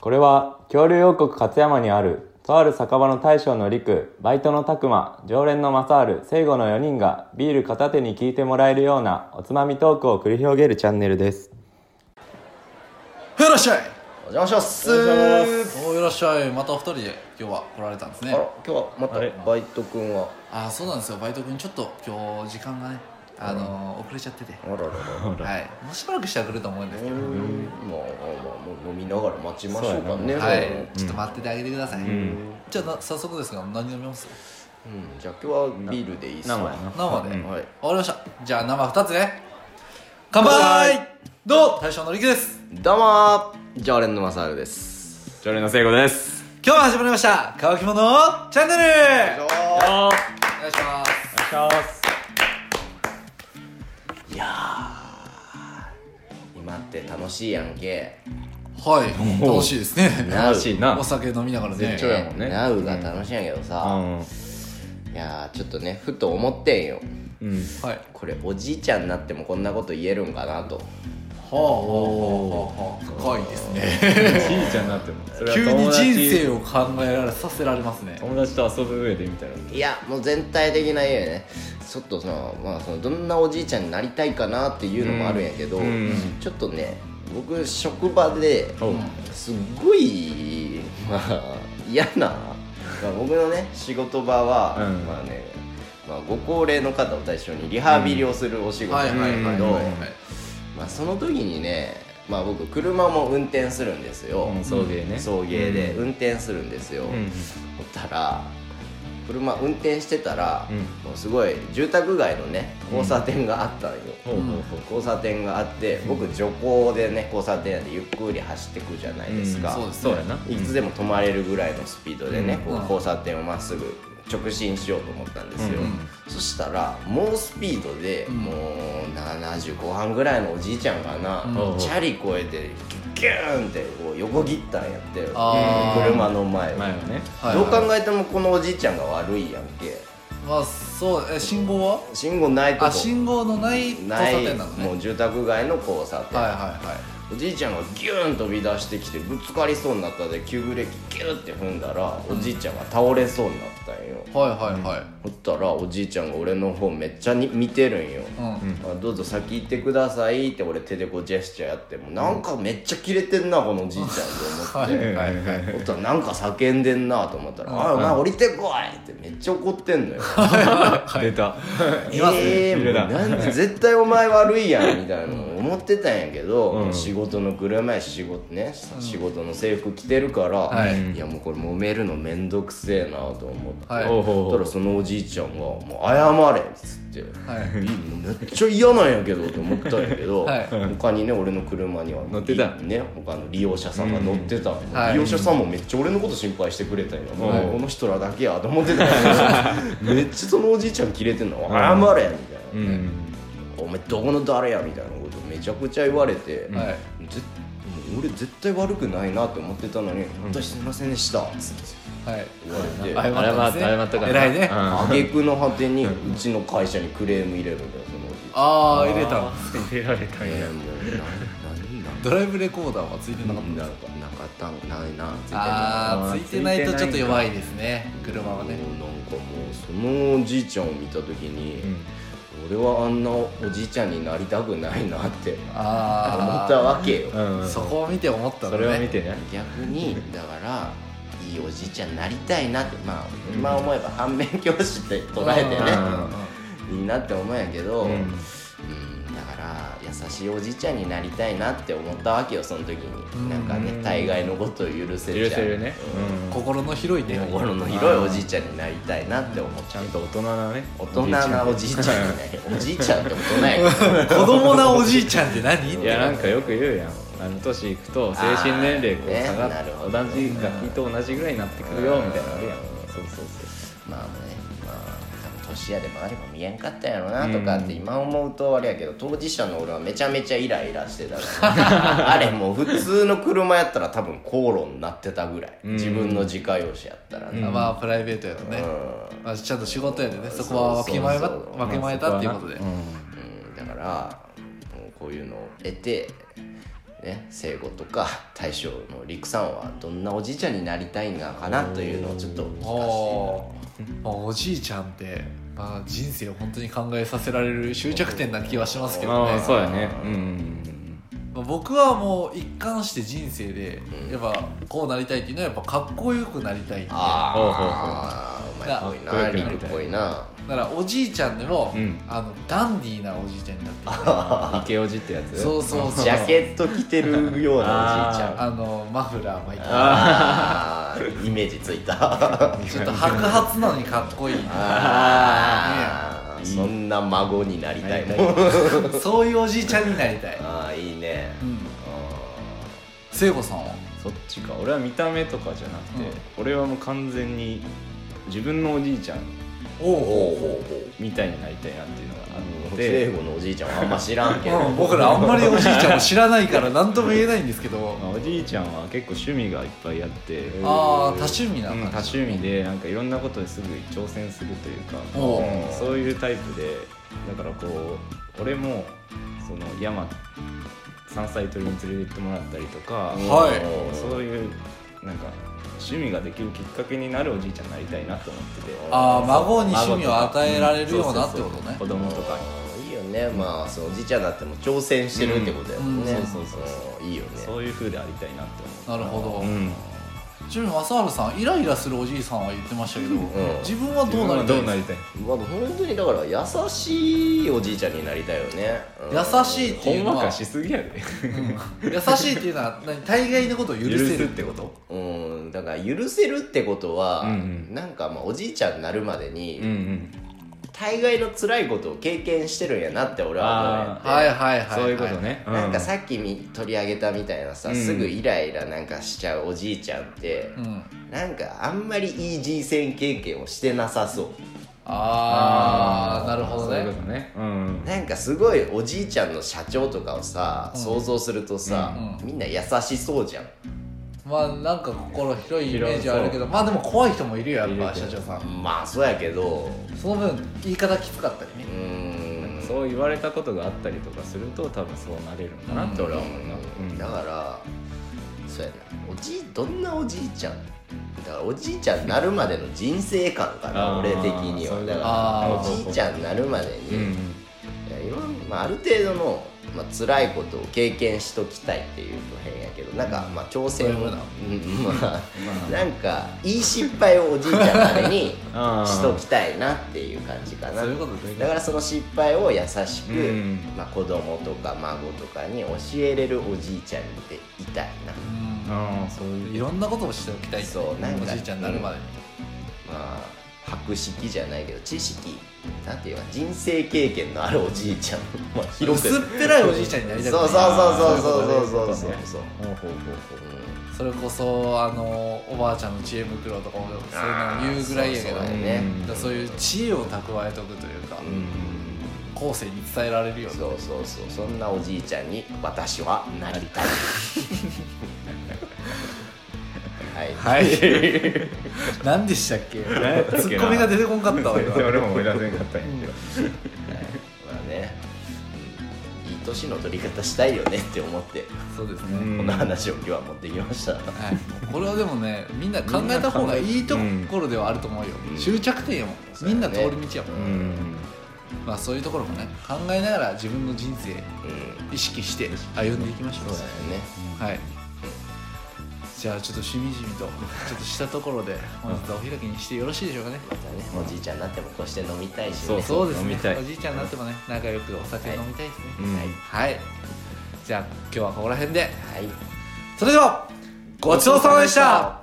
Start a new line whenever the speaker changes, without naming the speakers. これは恐竜王国勝山にあるとある酒場の大将の陸バイトの拓磨常連の正治聖護の4人がビール片手に聞いてもらえるようなおつまみトークを繰り広げるチャンネルです
いらっしゃい
お邪魔します
おいらっしゃいまたお二人で今日は来られたんです
あ
ね
ら今日はまたバイト君は
ああそうなんですよバイト君ちょっと今日時間がねあのー遅れちゃってて
あらららまあ
はいもうしばらくしては来ると思うんですけど
まあまあ飲みながら待ちましょうかね
はいちょっと待っててあげてくださいじゃあな早速ですが何飲みます
うんじゃあ今日はビールでいいっす
生やな
生で
はい
わかりましたじゃあ生2つね乾杯どう大将のりくです
どうもー常連のマサルです
常連の聖護です
今日も始まりました乾き物チャンネ
お
ル
願い
お願いします
します
今って楽しいやんけ
はい楽しいですね
楽しい
お酒飲みながらね
絶頂やもんね
ナウが楽しいんやけどさいやーちょっとねふと思ってんよ
うんうん
はい
これおじいちゃんになってもこんなこと言えるんかなと
はあはあはあはあ深いですね
じいちゃんになってもそれは
急に
友達
人生を考えられさせられますね
友達と遊ぶ上でみたいない
やもう全体的な家ねちょっとさ、まあ、そのどんなおじいちゃんになりたいかなっていうのもあるんやけど、
うんうん
ちょっとね僕職場で
おう
すっごい、まあ、嫌な、まあ、僕のね仕事場は、
うん
まあね、まあ、ご高齢の方を対象にリハビリをするお仕事
はい
な
は
ん
いはい
や
はい
けどまあその時にね、まあ、僕車も運転するんですよ、
うん送迎ね
送迎で
うん
運転するんですよ、
うん
おったら車運転してたら、
うん
もうすごい住宅街のね交差点があったんよ、
ほうほうほう
交差点があって僕徐行でね交差点なんでゆっくり走ってくじゃないですか、
うんそうです
そうやない
つでも止まれるぐらいのスピードでね、こう
うん
交差点をまっすぐ直進しようと思ったんですよ、
うん
そしたら猛スピードで、
うん
もう70後半ぐらいのおじいちゃんかな、
うん
チャリ越えてギュッギューンってこう横切ったんやって
あー
車の前を。
前はね
はい
どう考えてもこのおじいちゃんが悪いやんけ
まあそうえ信号は
信号ないとこ
あ信号のない交差
ない
点なのね
もう住宅街の交差点、
はいはいはい
おじいちゃんがギューン飛び出してきてぶつかりそうになったで急ブレーキギューって踏んだらおじいちゃんが倒れそうになったんよ
はいはいはい
そったらおじいちゃんが俺の方めっちゃに見てるんよ、
うん
あどうぞ先行ってくださいって俺手でこうジェスチャーやってもなんかめっちゃキレてんなこのおじいちゃんと思って
はいはいはい
おったらなんか叫んでんなと思ったら「あお前降りてこい!」ってめっちゃ怒ってんのよ
出た
いますね
え
いるな
ー、なんで絶対お前悪いやんみたいなの思ってたんやけど、
うん
仕事の車やし仕事ね、仕事の制服着てるから、
はい
い、やもうこれ揉めるのめんどくせえなと思って、
はい
ほうほうほ
そし
う
たらそのおじいちゃんが「もう謝れ」っつって。
はい
めっちゃ嫌なんやけどと思ったんやけど、
はい
他にね俺の車には
乗ってた
ね他の利用者さんが乗ってた、
はい
利用者さんもめっちゃ俺のこと心配してくれたんや、
はい
もうこの人らだけやと思ってたんや けどめっちゃそのおじいちゃんキレてんの「謝れ!」みたいな。
うん
お前どこの誰やみたいなことめちゃくちゃ言われて、
はい
ぜ俺絶対悪くないなって思ってたのに「私すみませんでした」っつって
はい
言われて、
謝ったんですね
謝ったから
偉いね
うん
挙句の果てにうちの会社にクレーム入れるんだよそのおじいちゃん
ああ入れたの
入れられたん
え
や
ーもう何なん
ドライブレコーダーはついてなかったんで
な
す
んかなかったんないなついてな
ああついてないとちょっと弱いですね車はね
もうなんかもうそのおじいちゃんを見た時に、
うん
俺はあんなおじいちゃんになりたくないなって思った
あ
わけよ
うんう
あ
ん
そこを見て思ったの
そ
ね
れを見てね
逆にだからいいおじいちゃんになりたいなってまあ今思えば反面教師って捉えて
うん
ねいいなって思うんやけど、
う
うんん、だから優しいおじいちゃんになりたいなって思ったわけよその時に、
ん
なんかね大概のことを許せちゃう
許せるねうん
心の広いね
心の広いおじいちゃんになりたいなって思っち
ち
ゃ
ゃ
うん
と大人なね
大人なおじいちゃんになりおじいちゃんって大人やけど
子供なおじいちゃんって何
いやなんかよく言うやんあの年いくと精神年齢こう
あーね
下が
なる
っ
ほ
同
ど
じ楽器と同じぐらいになってくるよみたいなのあるやんそうそう
まあねまあ多分年やでもあれば見えんかったんやろなとかって今思うとあれやけど当事者の俺はめちゃめちゃイライラしてたからあれもう普通の車やったら多分口論になってたぐらい
ん
自分の自家用車やったらね、
あまあプライベートやとねまあちゃんと仕事やでねそこは分けまえば
そうそうそう
分けまえたっていうことで
うん
うんだからもうこういうのを得てね、聖子とか大将の陸さんはどんなおじいちゃんになりたいんかなというのをちょっと聞かせていただき
おまあ、おじいちゃんって、まあ、人生を本当に考えさせられる終着点な気はしますけど
あ
ね
あ、そうやねうん
まあ、僕はもう一貫して人生でやっぱこうなりたいっていうのはやっぱかっこよくなりたいんでだ
ほうほう
ああお前っぽい
な
なリクっぽいな
からおじいちゃんでも、
うん
あのダンディーなおじいちゃんになって
イケオジってやつ
そうそうそう
ジャケット着てるようなおじいちゃん
あのマフラー巻いて
あーイメージついた
ちょっと白髪なのにかっこいい
あーそんな孫になりたいもん
そういうおじいちゃんになりたい
あーいいね
うん
あ
聖子さんは
そっちか俺は見た目とかじゃなくて、
うん
俺はもう完全に自分のおじいちゃん
おう
ー
おう
ほうほうほう
みたいになりたいなっていうのがあっ
聖
て、
子のおじいちゃん はあんま知らんけど
うん僕らあんまりおじいちゃんを知らないから何とも言えないんですけど
まあ、おじいちゃんは結構趣味がいっぱいあって、うん
ああ多趣味な
多
感
趣
じ
味でなんかいろんなことですぐ挑戦するというか、
おう
うんそういうタイプでだからこう俺もその山山菜採りに連れて行ってもらったりとか、
はい
うんそういうなんか趣味ができるきっかけになるおじいちゃんになりたいなと思ってて。
ああ孫に趣味を与えられるようなってことね
子供とかに
いいよねまあそのおじいちゃんだってもう挑戦してるってことやもんね、
うんうん
そうそう
そういいよね
そういう風でありたいなって
なるほ
思う、うん、
どちなみに正治さんイライラするおじいさんは言ってましたけど
ん
自分はどうなりたいですか
たい
まあ本当にだから優しいおじいちゃんになりたいよね、う
優
ん
しいってい
ほ
うんの
わ
は
かしすぎやで
優しいっていうのは何大概のことを許せるってこと
うんだから許せるってことは、
うんうん
なんかまあおじいちゃんになるまでに、
うんうん
大概の辛いことを経験してるんやなって俺は思う
は
よ
い
ね
はいはいは
そういうことね、う
なんかさっきみ取り上げたみたいなさ、
うん
すぐイライラなんかしちゃうおじいちゃんって、
うん
なんかあんまりいい人生経験をしてなさそう
ああなるほど
そういう
ね
ことねうん
なんかすごいおじいちゃんの社長とかをさ、想像するとさ、
うん
みんな優しそうじゃん、
まあなんか心広いイメージはあるけどまあでも怖い人もいるよやっぱ社長さん
まあそうやけど
その分言い方きつかったりね
うーん
そう言われたことがあったりとかすると多分そうなれるんだなって俺は思うな、うん
だからそうやなおじいどんなおじいちゃんだからおじいちゃんになるまでの人生観か
あ
な
ー
俺的に
そう
は
いう
だ
あ
か
ー
らおじいちゃんになるまで
う
に、
ん
いやいろんまあ、ある程度の、まあ辛いことを経験しときたいっていうと変やけどなんか、まあ、挑戦
そう
を
いうも
うんん
な
ま あ
まあ
なんかいい失敗をおじいちゃんまでに
あー
しときたいなっていう感じかな
そういうことですね
だからその失敗を優しく、
うん
まあ、子供とか孫とかに教えれるおじいちゃんでいたいな
うん
ああそういう
いろんなことをしておきたいって
そうなん
お
か
じいちゃんになるまでに
まあ博識じゃないけど知識なんていうか人生経験のあるおじいちゃんまあ広く
薄っぺらいおじいちゃんになりたく
そ
な
う
い
そうそうそうそう
そ
そうう
いうことね
そうそう
ほうほうほう
う
それこそあのおばあちゃんの知恵袋とかもそう
あ
い
ー
うの言うぐらいやけど
そう
だ
そう
か
やね
うん
らそういう知恵を蓄えとくというか
ん
後世に伝えられるよ
うん
うに
そうそうそうそんなおじいちゃんに私はなりたいは
は
い
い
何でしたっけ
何やったっけな
ツッコミが出てこんかったわ今
俺も思い出せなかったんやけど
まあね、うんいい年の取り方したいよねって思って、
そうです
う
ね
ん
この話を今日は持ってきました。
はい、これはでもねみんな考えた方がいいところではあると思うよ、
うん
終着点やもん
そう
み
や
ん
ね
な通り道やもん、
うん
まあそういうところもね考えながら自分の人生
うん、
意識して歩んでいきましょう
そうだよね。
はいじゃあちょっとしみじみとちょっとしたところで本日はお開きにしてよろしいでしょうかね
またね、おじいちゃんになってもこうして飲みたいしね。
そう
そうです
飲み
ね
たい
おじいちゃんになってもね仲良くお酒飲みたいですね
うん
はい
はい、じゃあ今日はここら辺で
はい。
それではごちそうさまでした